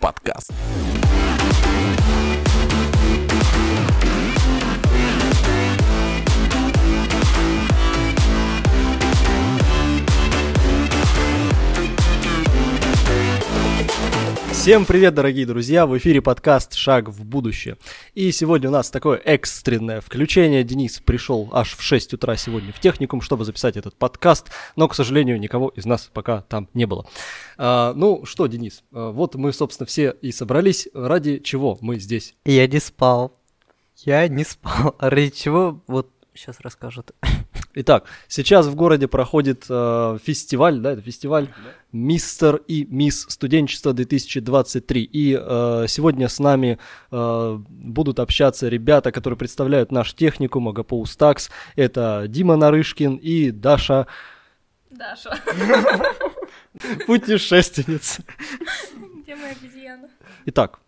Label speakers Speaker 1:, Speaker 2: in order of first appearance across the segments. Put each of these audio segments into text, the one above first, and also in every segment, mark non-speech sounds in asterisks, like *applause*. Speaker 1: подкаст.
Speaker 2: Всем привет, дорогие друзья! В эфире подкаст «Шаг в будущее». И сегодня у нас такое экстренное включение. Денис пришел аж в 6 утра сегодня в техникум, чтобы записать этот подкаст, но, к сожалению, никого из нас пока там не было. А, ну что, Денис, а, вот мы, собственно, все и собрались. Ради чего мы здесь?
Speaker 3: Я не спал. Я не спал. *laughs* Ради чего? Вот сейчас расскажут.
Speaker 2: Итак, сейчас в городе проходит э, фестиваль, да, это фестиваль «Мистер и мисс студенчества-2023». И э, сегодня с нами э, будут общаться ребята, которые представляют наш техникум АГПУС ТАКС. Это Дима Нарышкин и Даша
Speaker 4: Даша,
Speaker 2: Путешественница.
Speaker 4: где моя обезьяна?
Speaker 2: Итак,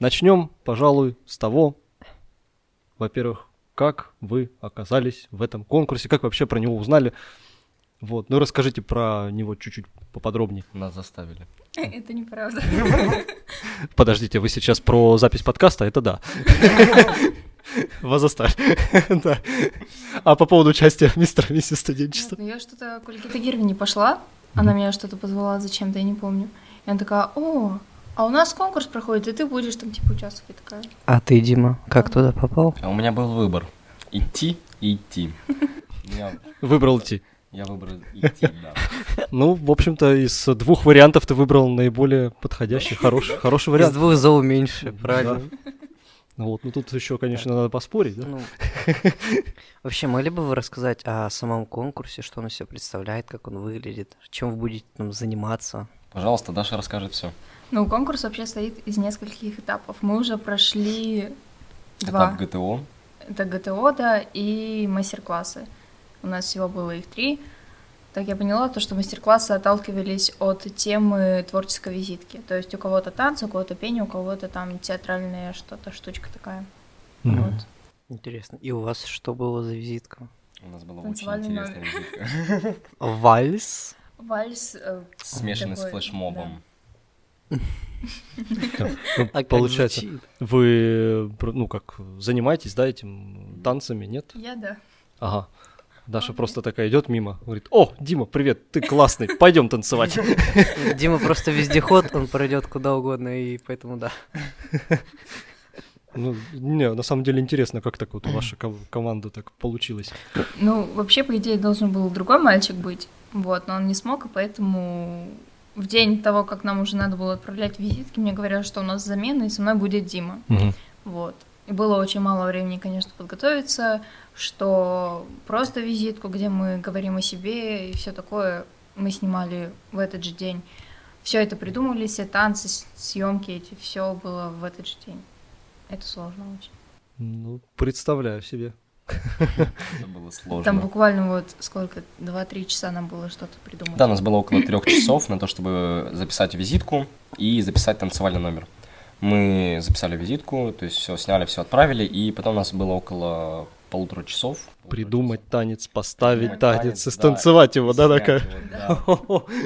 Speaker 2: начнем, пожалуй, с того, во-первых, как вы оказались в этом конкурсе, как вообще про него узнали. Вот, ну расскажите про него чуть-чуть поподробнее.
Speaker 5: Нас заставили.
Speaker 4: Это неправда.
Speaker 2: Подождите, вы сейчас про запись подкаста, это да. *laughs* Вас заставили. *laughs* Да. А по поводу участия в мистер и миссис студенчества?
Speaker 4: Ну, я что-то к Ольге Тагировне пошла, она меня что-то позвала зачем-то, я не помню. И она такая, о, а у нас конкурс проходит, и ты будешь там типа участвовать. Я такая,
Speaker 3: А ты, Дима, как туда попал?
Speaker 5: А у меня был выбор. Идти
Speaker 4: *laughs*
Speaker 5: и идти. Я,
Speaker 2: Выбрал идти.
Speaker 5: я выбрал идти, да.
Speaker 2: Ну, в общем-то, из двух вариантов ты выбрал наиболее подходящий, хороший, хороший
Speaker 3: Из
Speaker 2: вариант.
Speaker 3: двух зол меньше, правильно.
Speaker 2: Вот, ну тут еще, конечно, надо поспорить, да?
Speaker 3: Ну, *laughs* Вообще, могли бы вы рассказать о самом конкурсе, что он из себя представляет, как он выглядит, чем вы будете там заниматься?
Speaker 5: Пожалуйста, Даша расскажет все.
Speaker 4: Ну, конкурс вообще состоит из нескольких этапов. Мы уже прошли два.
Speaker 5: Этап ГТО.
Speaker 4: Это ГТО, да, и мастер-классы. У нас всего было их три. Так я поняла, то, что мастер-классы отталкивались от темы творческой визитки. То есть у кого-то танцы, у кого-то пение, у кого-то там театральная что-то, штучка такая.
Speaker 2: Мгм.
Speaker 4: Вот.
Speaker 3: Интересно. И у вас что было за визитка?
Speaker 5: У нас была
Speaker 4: Танцевальный
Speaker 5: очень интересная визитка.
Speaker 4: *laughs*
Speaker 3: Вальс?
Speaker 4: Вальс... э,
Speaker 5: Смешанный с
Speaker 4: такой, да.
Speaker 5: флешмобом.
Speaker 2: Ну,
Speaker 3: А как
Speaker 2: получается,
Speaker 3: звучит?
Speaker 2: вы, про- ну как, занимаетесь, да, этим танцами, нет?
Speaker 4: Я да.
Speaker 2: Ага. Даша
Speaker 4: Ага.
Speaker 2: просто такая идет мимо, говорит, о, Дима, привет, ты классный, пойдем танцевать.
Speaker 3: Дима просто вездеход, он пройдет куда угодно, и поэтому да.
Speaker 2: Ну, не, на самом деле интересно, как так вот ваша ков- команда так получилась.
Speaker 4: Ну, вообще, по идее, должен был другой мальчик быть, вот, но он не смог, и поэтому в день того, как нам уже надо было отправлять визитки, мне говорят, что у нас замена, и со мной будет Дима. Вот. И было очень мало времени, конечно, подготовиться, что просто визитку, где мы говорим о себе и все такое, мы снимали в этот же день. Все это придумали, все танцы, съемки эти, все было в этот же день. Это сложно очень.
Speaker 2: Ну, представляю себе.
Speaker 5: Это было сложно.
Speaker 4: Там буквально вот сколько, 2-3 часа нам было что-то придумать.
Speaker 5: Да, у нас было около трех часов на то, чтобы записать визитку и записать танцевальный номер. Мы записали визитку, то есть все сняли, все отправили, и потом у нас было около полутора часов.
Speaker 2: Придумать танец, поставить
Speaker 5: Придумать
Speaker 2: танец,
Speaker 5: танец,
Speaker 2: и
Speaker 5: да,
Speaker 2: станцевать его, да,
Speaker 5: Снять
Speaker 2: такая?
Speaker 5: его, да.
Speaker 2: Хо-хо. *laughs*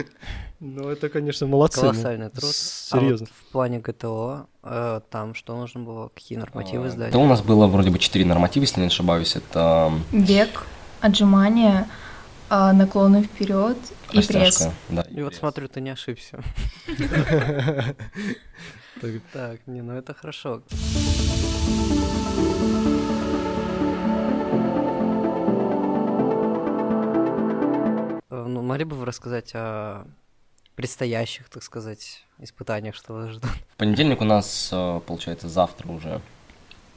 Speaker 2: Ну, это, конечно, молодцы. ну,
Speaker 3: Колоссальный труд. А вот
Speaker 2: Серьезно.
Speaker 3: в плане ГТО, э, там что нужно было, какие нормативы
Speaker 5: А,
Speaker 3: сдать?
Speaker 5: Да у нас было вроде бы четыре норматива, если не ошибаюсь. Это
Speaker 4: Бег, отжимания, а, наклоны вперед и пресс.
Speaker 5: растяжка. Да, и
Speaker 3: И вот
Speaker 5: пресс.
Speaker 3: смотрю, ты не ошибся.
Speaker 2: Так,
Speaker 3: *laughs* Так, не, ну это хорошо. Э, Ну, могли бы вы рассказать о предстоящих, так сказать, испытаниях, что вас ждут?
Speaker 5: В понедельник у нас, э, получается, завтра уже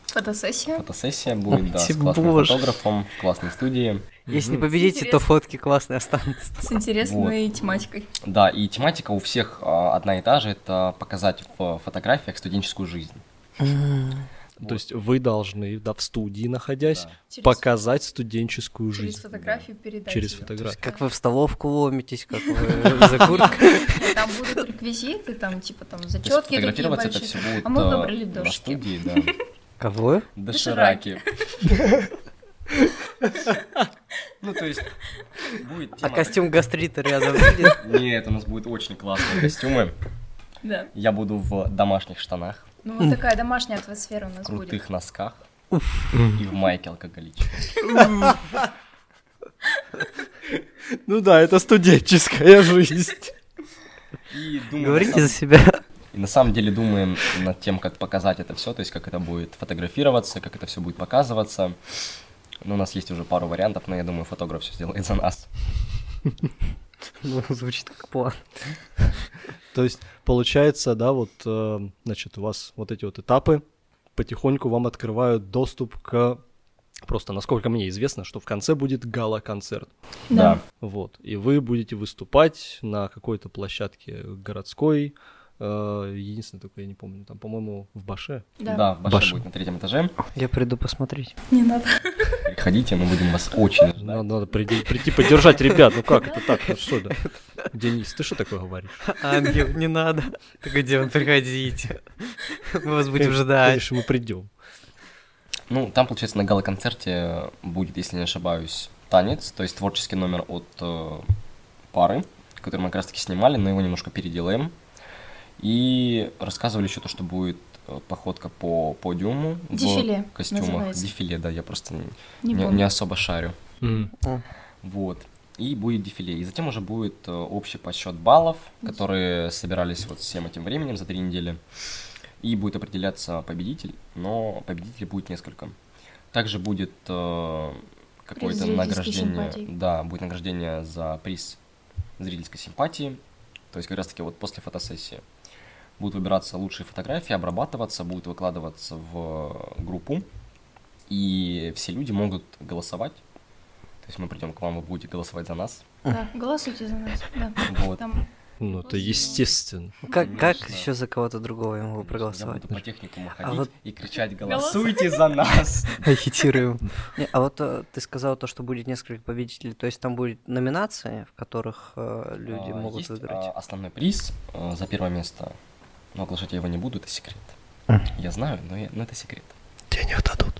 Speaker 4: Фотосессия.
Speaker 5: фотосессия будет, да, с
Speaker 3: Ой,
Speaker 5: классным
Speaker 3: боже.
Speaker 5: фотографом в классной студии.
Speaker 3: Если
Speaker 5: Мгм.
Speaker 3: победите, то
Speaker 4: Интересно.
Speaker 3: фотки классные останутся.
Speaker 4: С интересной тематикой.
Speaker 5: Да, и тематика у всех а, одна и та же, это показать в фотографиях студенческую жизнь.
Speaker 2: То
Speaker 5: Вот.
Speaker 2: есть вы должны, да, в студии находясь,
Speaker 5: Да.
Speaker 4: Через,
Speaker 2: показать студенческую
Speaker 4: через
Speaker 2: жизнь
Speaker 4: фотографию передать.
Speaker 2: через
Speaker 4: её.
Speaker 3: То есть,
Speaker 2: фотографию.
Speaker 3: Как вы в столовку ломитесь, как вы *laughs* за курткой.
Speaker 4: Там будут реквизиты, там типа там
Speaker 5: То есть
Speaker 4: зачетки такие
Speaker 5: фотографировать это все
Speaker 4: большие.
Speaker 5: будет
Speaker 4: А мы
Speaker 5: э,
Speaker 4: выбрали
Speaker 5: на
Speaker 4: дождики.
Speaker 5: студии, да.
Speaker 4: *laughs*
Speaker 3: Кого?
Speaker 5: Дошираки. Ну, то есть, будет
Speaker 3: А
Speaker 5: тематика. *laughs*
Speaker 3: костюм гастрита рядом. будет?
Speaker 5: Нет, у нас будут очень классные костюмы.
Speaker 4: Да.
Speaker 5: Я буду в домашних штанах,
Speaker 4: Ну, вот такая домашняя атмосфера у
Speaker 5: в
Speaker 4: нас будет.
Speaker 5: крутых носках и в майке алкоголичке.
Speaker 2: *laughs* Ну да, это студенческая жизнь.
Speaker 4: *laughs*
Speaker 5: И думаю, на
Speaker 3: Говорите
Speaker 5: самом-
Speaker 3: за себя.
Speaker 5: И на самом деле думаем над тем, как показать это все, то есть как это будет фотографироваться, как это все будет показываться. Ну, у нас есть уже пару вариантов, но я думаю, фотограф все сделает за нас.
Speaker 3: Ну, звучит как план.
Speaker 2: То есть, получается, да, вот, э, значит, у вас вот эти вот этапы потихоньку вам открывают доступ к... Просто, насколько мне известно, что в конце будет гала-концерт.
Speaker 4: Да.
Speaker 2: Вот. И вы будете выступать на какой-то площадке городской. э, Единственное, только я не помню, там, по-моему, в Баше.
Speaker 4: Да.
Speaker 5: Да, да в Баше
Speaker 2: Баше.
Speaker 5: будет на третьем этаже.
Speaker 3: Я приду посмотреть.
Speaker 4: Не надо.
Speaker 5: Приходите, мы будем вас очень
Speaker 2: Надо,
Speaker 5: ждать.
Speaker 2: надо приди- прийти поддержать ребят. Ну как это так? Ну *laughs* что да? Денис, ты что такое говоришь?
Speaker 3: Ангел, не надо. Так где он, приходите. Мы вас будем
Speaker 2: Конечно,
Speaker 3: ждать.
Speaker 2: Конечно, мы придем.
Speaker 5: Ну, там, получается, на гала-концерте будет, если не ошибаюсь, танец, то есть творческий номер от э, пары, который мы как раз-таки снимали, но его немножко переделаем. И рассказывали еще то, что будет э, походка по подиуму
Speaker 4: Дефиле
Speaker 5: в костюмах.
Speaker 4: называется.
Speaker 5: Дефиле, да, я просто не,
Speaker 4: Не
Speaker 5: не-
Speaker 4: помню.
Speaker 5: не особо шарю.
Speaker 2: Мгм.
Speaker 5: Вот. И будет дефиле. И затем уже будет э, общий подсчет баллов, которые собирались вот всем этим временем за три недели. И будет определяться победитель, но победителей будет несколько. Также будет э,
Speaker 4: Приз
Speaker 5: какое-то
Speaker 4: зрительской
Speaker 5: награждение.
Speaker 4: симпатии.
Speaker 5: Да, будет награждение за приз зрительской симпатии. То есть как раз таки вот после фотосессии. Будут выбираться лучшие фотографии, обрабатываться, будут выкладываться в группу. И все люди могут голосовать. То есть мы придем к вам, вы будете голосовать за нас.
Speaker 4: Да, голосуйте за нас. Да.
Speaker 5: Вот.
Speaker 4: Там
Speaker 2: Ну, это естественно.
Speaker 3: Как, как
Speaker 5: Конечно.
Speaker 3: еще за кого-то другого я могу проголосовать?
Speaker 5: Я буду по техникуму ходить
Speaker 3: вот-
Speaker 5: и кричать
Speaker 4: «Голосуйте
Speaker 5: «Голосуйте за нас!»
Speaker 3: Агитируем. Не, а вот э, ты сказал то, что будет несколько победителей. То есть там будет номинации, в которых э, люди
Speaker 5: А,
Speaker 3: могут
Speaker 5: есть,
Speaker 3: выиграть.
Speaker 5: а, Основной приз а, за первое место. Но оглашать я его не буду, это секрет. Я знаю, но, я- но это секрет.
Speaker 2: Денег дадут.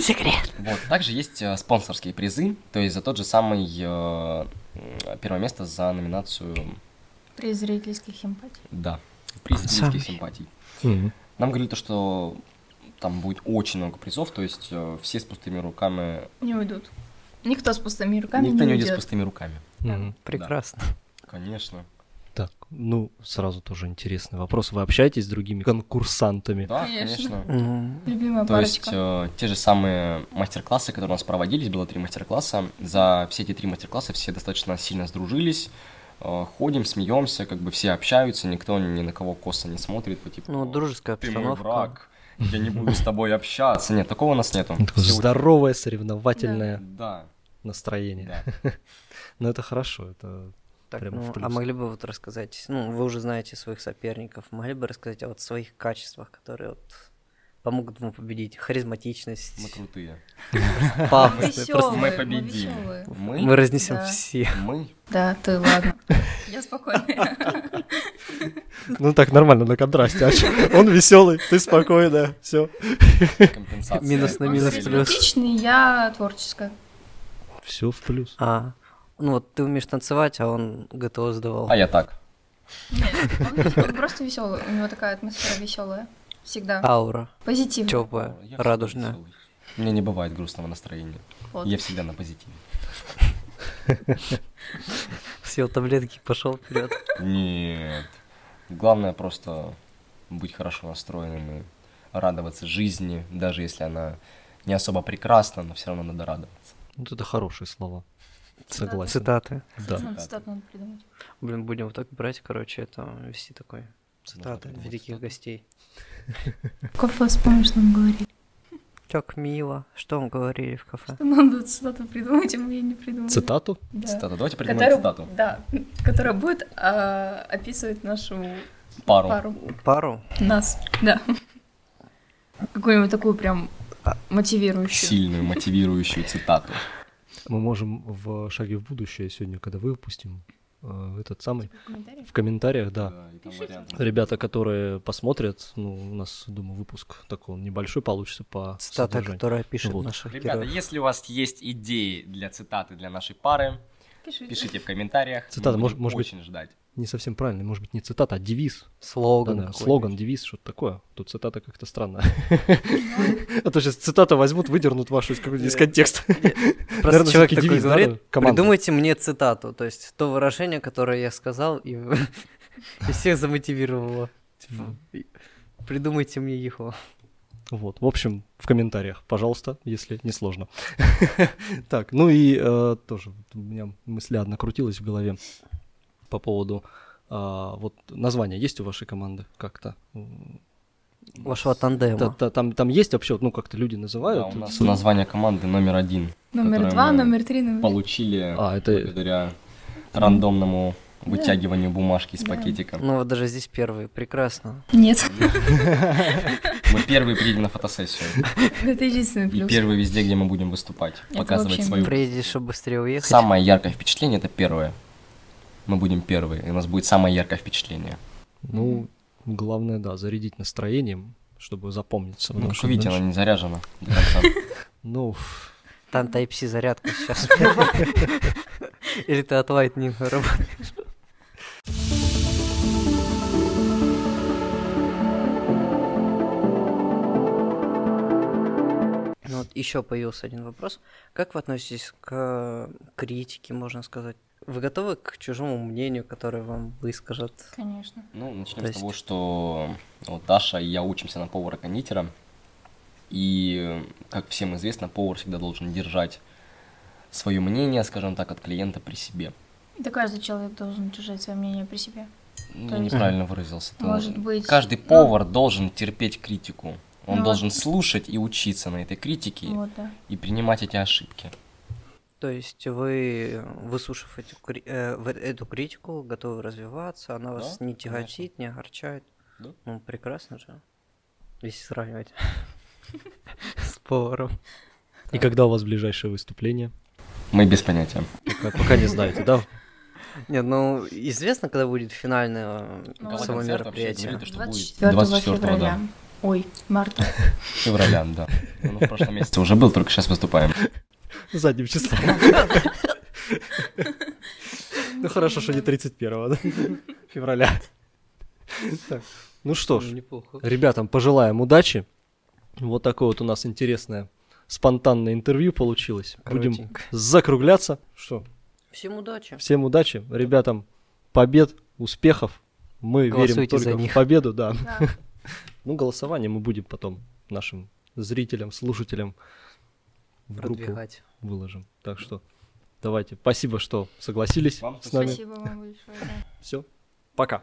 Speaker 3: Секрет.
Speaker 5: Вот. Также есть э, спонсорские призы, то есть за тот же самый э, м, первое место за номинацию
Speaker 4: приз зрительских симпатий.
Speaker 5: Да, приз
Speaker 3: Сам.
Speaker 5: зрительских симпатий. Нам говорили то, что там будет очень много призов, то есть э, все с пустыми руками.
Speaker 4: Не уйдут. Никто с пустыми руками
Speaker 5: Никто не
Speaker 4: не
Speaker 5: уйдет с
Speaker 4: уйдет.
Speaker 5: пустыми руками.
Speaker 2: Мгм.
Speaker 3: Прекрасно.
Speaker 5: Конечно.
Speaker 2: Так, ну, сразу тоже интересный вопрос. Вы общаетесь с другими конкурсантами?
Speaker 5: Да,
Speaker 4: Конечно.
Speaker 5: конечно.
Speaker 3: Ну,
Speaker 4: Любимая
Speaker 5: То есть
Speaker 4: парочка.
Speaker 5: э, те же самые мастер-классы, которые у нас проводились, было три мастер-класса. За все эти три мастер-класса все достаточно сильно сдружились. Э, ходим, смеемся, как бы все общаются, никто ни на кого косо не смотрит. По типу,
Speaker 3: Ну, дружеская
Speaker 5: ты мой
Speaker 3: обстановка.
Speaker 5: враг, я не буду с тобой общаться. Нет, такого у нас нету.
Speaker 2: Ну, такое
Speaker 5: Все
Speaker 2: Здоровое
Speaker 5: очень-
Speaker 2: соревновательное
Speaker 5: Да,
Speaker 2: настроение.
Speaker 5: да.
Speaker 2: Ну, это хорошо, это... *laughs*
Speaker 3: Так,
Speaker 2: Прямо в
Speaker 3: ну, а
Speaker 2: плюс.
Speaker 3: могли бы вот рассказать, ну, вы уже знаете своих соперников, могли бы рассказать о вот своих качествах, которые вот помогут вам победить?
Speaker 5: Мы
Speaker 3: Харизматичность,
Speaker 5: крутые.
Speaker 4: Мы
Speaker 3: пафос.
Speaker 4: веселые,
Speaker 5: э, просто мы
Speaker 4: мы
Speaker 5: победили.
Speaker 4: веселые.
Speaker 5: Мы,
Speaker 3: Мы разнесем
Speaker 4: Да.
Speaker 3: всех. *laughs*
Speaker 5: мы
Speaker 4: Да, ты ладно. Я
Speaker 5: *laughs*
Speaker 4: спокойная.
Speaker 2: Ну, так нормально, на контрасте. а чё? Он веселый, ты спокойная, все.
Speaker 5: компенсация.
Speaker 3: Минус на
Speaker 5: от
Speaker 3: минус
Speaker 5: зрителей.
Speaker 3: плюс.
Speaker 4: Симпатичный, я творческая.
Speaker 2: Все в плюс.
Speaker 3: А, ну вот ты умеешь танцевать, а он ГТО сдавал.
Speaker 5: А я так.
Speaker 4: Нет, он- он просто веселый. У него такая атмосфера веселая.
Speaker 5: А,
Speaker 4: Всегда.
Speaker 3: Аура,
Speaker 4: Позитивная.
Speaker 5: Ну, Я
Speaker 3: теплая,
Speaker 5: всегда
Speaker 3: радужная.
Speaker 5: веселый. У меня не бывает грустного настроения.
Speaker 4: Вот.
Speaker 5: Я всегда на позитиве.
Speaker 3: Съел таблетки, пошел вперед.
Speaker 5: Нет. Главное просто быть хорошо настроенным и радоваться жизни, даже если она не особо прекрасна, но все равно надо радоваться.
Speaker 2: Вот это хорошие слова. Согласен.
Speaker 3: Цитаты.
Speaker 2: Да.
Speaker 4: Надо цитату надо придумать.
Speaker 3: Блин, будем вот так брать, короче, это вести такой цитаты
Speaker 5: придумать
Speaker 3: великих
Speaker 5: цитаты.
Speaker 3: гостей.
Speaker 4: Кофе вспомнишь, нам говорили.
Speaker 3: Как мило, что вам говорили в кафе?
Speaker 4: Надо цитату придумать, а мы ее не придумали.
Speaker 2: Цитату?
Speaker 4: Да.
Speaker 5: Цитата. Давайте придумаем
Speaker 4: Которая-
Speaker 5: цитату.
Speaker 4: Да, которая будет а, описывать нашу
Speaker 5: Пару.
Speaker 4: пару.
Speaker 3: Пару?
Speaker 4: Нас, да. Какую-нибудь такую прям мотивирующую.
Speaker 5: Сильную, мотивирующую цитату.
Speaker 2: Мы можем в «Шаге в будущее» сегодня, когда выпустим э, этот самый, в комментариях, да,
Speaker 5: и там варианты.
Speaker 2: Ребята, которые посмотрят, ну, у нас, думаю, выпуск такой он небольшой получится по
Speaker 3: Цитата,
Speaker 2: содержанию.
Speaker 3: которая пишет
Speaker 2: Вот.
Speaker 3: наших
Speaker 5: Ребята,
Speaker 3: героев.
Speaker 5: если у вас есть идеи для цитаты для нашей пары,
Speaker 4: Пишите.
Speaker 5: Пишите в комментариях.
Speaker 2: Цитата,
Speaker 5: Мы
Speaker 2: может-
Speaker 5: будем
Speaker 2: может быть.
Speaker 5: очень ждать.
Speaker 2: Не совсем правильно, может быть, не цитата, а девиз.
Speaker 3: Слоган.
Speaker 2: Да-да,
Speaker 3: какой-нибудь.
Speaker 2: слоган, девиз, что-то такое. Тут цитата как-то странно. *laughs* А то сейчас цитату возьмут, выдернут вашу из какого-нибудь- из контекста.
Speaker 3: Просто
Speaker 2: Наверное,
Speaker 3: человек
Speaker 2: всё-таки
Speaker 3: такой
Speaker 2: девиз
Speaker 3: говорит,
Speaker 2: надо командой.
Speaker 3: придумайте мне цитату, то есть то выражение, которое я сказал, и, *laughs* и всех замотивировало. Типа, и- придумайте мне его.
Speaker 2: Вот, в общем, в комментариях, пожалуйста, если не сложно. *laughs* Так, ну и э, тоже вот у меня мысля одна крутилась в голове по поводу а, вот названия есть у вашей команды как-то? М,
Speaker 3: Вашего
Speaker 2: та-
Speaker 3: тандема.
Speaker 2: та- Там там есть вообще, ну как-то люди называют?
Speaker 5: Да, у нас
Speaker 2: Суть-
Speaker 5: название команды номер один
Speaker 4: Номер
Speaker 5: Которое
Speaker 4: два,
Speaker 5: мы
Speaker 4: номер три, номер...
Speaker 5: получили
Speaker 2: А, это...
Speaker 5: благодаря рандомному вытягиванию бумажки из
Speaker 4: Да.
Speaker 5: пакетика.
Speaker 3: Ну вот даже здесь первый. Прекрасно.
Speaker 4: Нет,
Speaker 5: Мы первые приедем на фотосессию.
Speaker 4: это единственный *laughs*
Speaker 5: И
Speaker 4: плюс.
Speaker 5: первые везде, где мы будем выступать.
Speaker 4: Это
Speaker 5: Показывать
Speaker 4: вообще
Speaker 5: свою...
Speaker 3: Приедешь, чтобы быстрее уехать.
Speaker 5: Самое яркое впечатление — это первое. Мы будем первые, и у нас будет самое яркое впечатление.
Speaker 2: Ну, главное, да, зарядить настроением, чтобы запомниться.
Speaker 5: Ну,
Speaker 2: потому
Speaker 5: как
Speaker 2: что
Speaker 5: видите,
Speaker 2: дальше-
Speaker 5: она не заряжена до
Speaker 4: *laughs*
Speaker 5: конца.
Speaker 2: Ну, ф-
Speaker 3: Там Type-C зарядка сейчас. Или ты от Lightning работаешь. Ну вот еще появился один вопрос. Как вы относитесь к э, критике, можно сказать? Вы готовы к чужому мнению, которое вам выскажут?
Speaker 4: Конечно.
Speaker 5: Ну, начнем
Speaker 3: То
Speaker 5: с
Speaker 3: есть-
Speaker 5: того, что вот Даша и я учимся на повара-кондитера. И, как всем известно, повар всегда должен держать свое мнение, скажем так, от клиента при себе.
Speaker 4: Да каждый человек должен держать свое мнение при себе.
Speaker 5: Ну,
Speaker 4: То
Speaker 5: я
Speaker 4: есть-
Speaker 5: неправильно выразился. Это
Speaker 4: Может быть,
Speaker 5: Каждый
Speaker 4: ну-
Speaker 5: повар должен терпеть критику. Он
Speaker 4: Ну,
Speaker 5: должен слушать и учиться на этой критике
Speaker 4: Вот, да.
Speaker 5: и принимать эти ошибки.
Speaker 3: То есть вы, выслушав эту, кри- э, в- эту критику, готовы развиваться, она вас
Speaker 5: Да,
Speaker 3: не
Speaker 5: конечно.
Speaker 3: тяготит, не огорчает?
Speaker 5: Да.
Speaker 3: Ну, прекрасно же. Если сравнивать *laughs* с поваром.
Speaker 2: и когда у вас ближайшее выступление?
Speaker 5: Мы без понятия.
Speaker 2: Пока- Пока не знаете, да?
Speaker 3: Нет, ну, известно, когда будет финальное э, само
Speaker 4: Ну,
Speaker 5: концерт вообще
Speaker 3: мероприятие.
Speaker 5: говорит, что будет
Speaker 4: 24
Speaker 5: 24
Speaker 4: февраля. Ой,
Speaker 5: *laughs*
Speaker 4: марта.
Speaker 5: февраля, да. Ну, в прошлом месяце уже был, только сейчас выступаем.
Speaker 2: *laughs* Задним числом. Ну хорошо, что не 31
Speaker 3: *laughs*
Speaker 2: да? февраля. Так, Ну что ж,
Speaker 3: неплохо.
Speaker 2: ребятам пожелаем удачи. Вот такое вот у нас интересное спонтанное интервью получилось. Будем
Speaker 3: Коротенько.
Speaker 2: закругляться. Что?
Speaker 3: Всем удачи.
Speaker 2: Всем удачи, ребятам побед, успехов. Мы верим
Speaker 3: Голосуйте
Speaker 2: только
Speaker 3: за
Speaker 2: в
Speaker 3: них.
Speaker 2: победу, *laughs* да.
Speaker 4: Да.
Speaker 2: Ну, голосование мы будем потом нашим зрителям, слушателям в группу
Speaker 3: Продвигать.
Speaker 2: выложим. Так что давайте. Спасибо, что согласились
Speaker 5: Вам
Speaker 2: с нами.
Speaker 4: Спасибо вам большое. да.
Speaker 2: Все. Пока.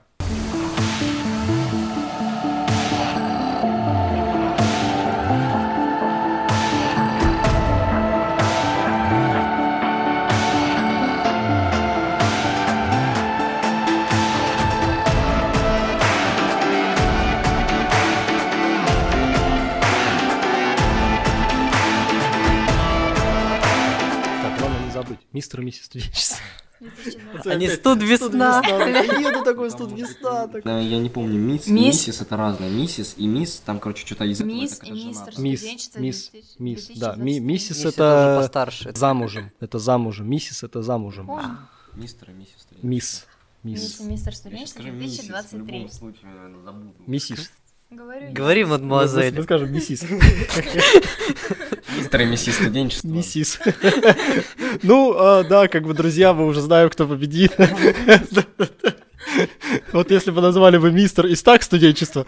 Speaker 2: Так, главное не забыть. Мистер и миссис студенчество.
Speaker 4: 2012.
Speaker 3: Они студ весна.
Speaker 2: Еду такой студ
Speaker 5: Потому что
Speaker 2: весна.
Speaker 5: ты- Да, Э, Я не помню, мисс,
Speaker 4: Мисс.
Speaker 5: миссис это разное. Миссис и мисс, там, короче, что-то из этого.
Speaker 4: Мисс
Speaker 5: это
Speaker 4: и
Speaker 5: какая-то жена.
Speaker 4: мистер
Speaker 2: Мисс,
Speaker 4: студенчество.
Speaker 2: мисс,
Speaker 4: 2000-
Speaker 2: мисс, да, ми-
Speaker 4: 2023.
Speaker 2: миссис
Speaker 3: Если тоже
Speaker 2: это
Speaker 3: постарше.
Speaker 2: замужем, это замужем, миссис это замужем,
Speaker 4: Можно?
Speaker 5: Мистер и миссис. студенчество.
Speaker 2: мисс,
Speaker 4: Мисс
Speaker 2: мисс,
Speaker 4: и мистер
Speaker 5: Я сейчас
Speaker 4: студенчество.
Speaker 5: скажу миссис, в любом
Speaker 4: 2023.
Speaker 5: случае, наверное, забуду.
Speaker 2: миссис.
Speaker 4: Говорю. я.
Speaker 3: Говори,
Speaker 2: Мы
Speaker 3: мадемуазель.
Speaker 2: скажем *laughs* миссис,
Speaker 5: Мистер и миссис студенчества.
Speaker 2: миссис. *laughs* Ну, а, да, как бы, друзья, мы уже знаем, кто победит. *laughs* Вот если бы назвали бы мистер из так студенчества.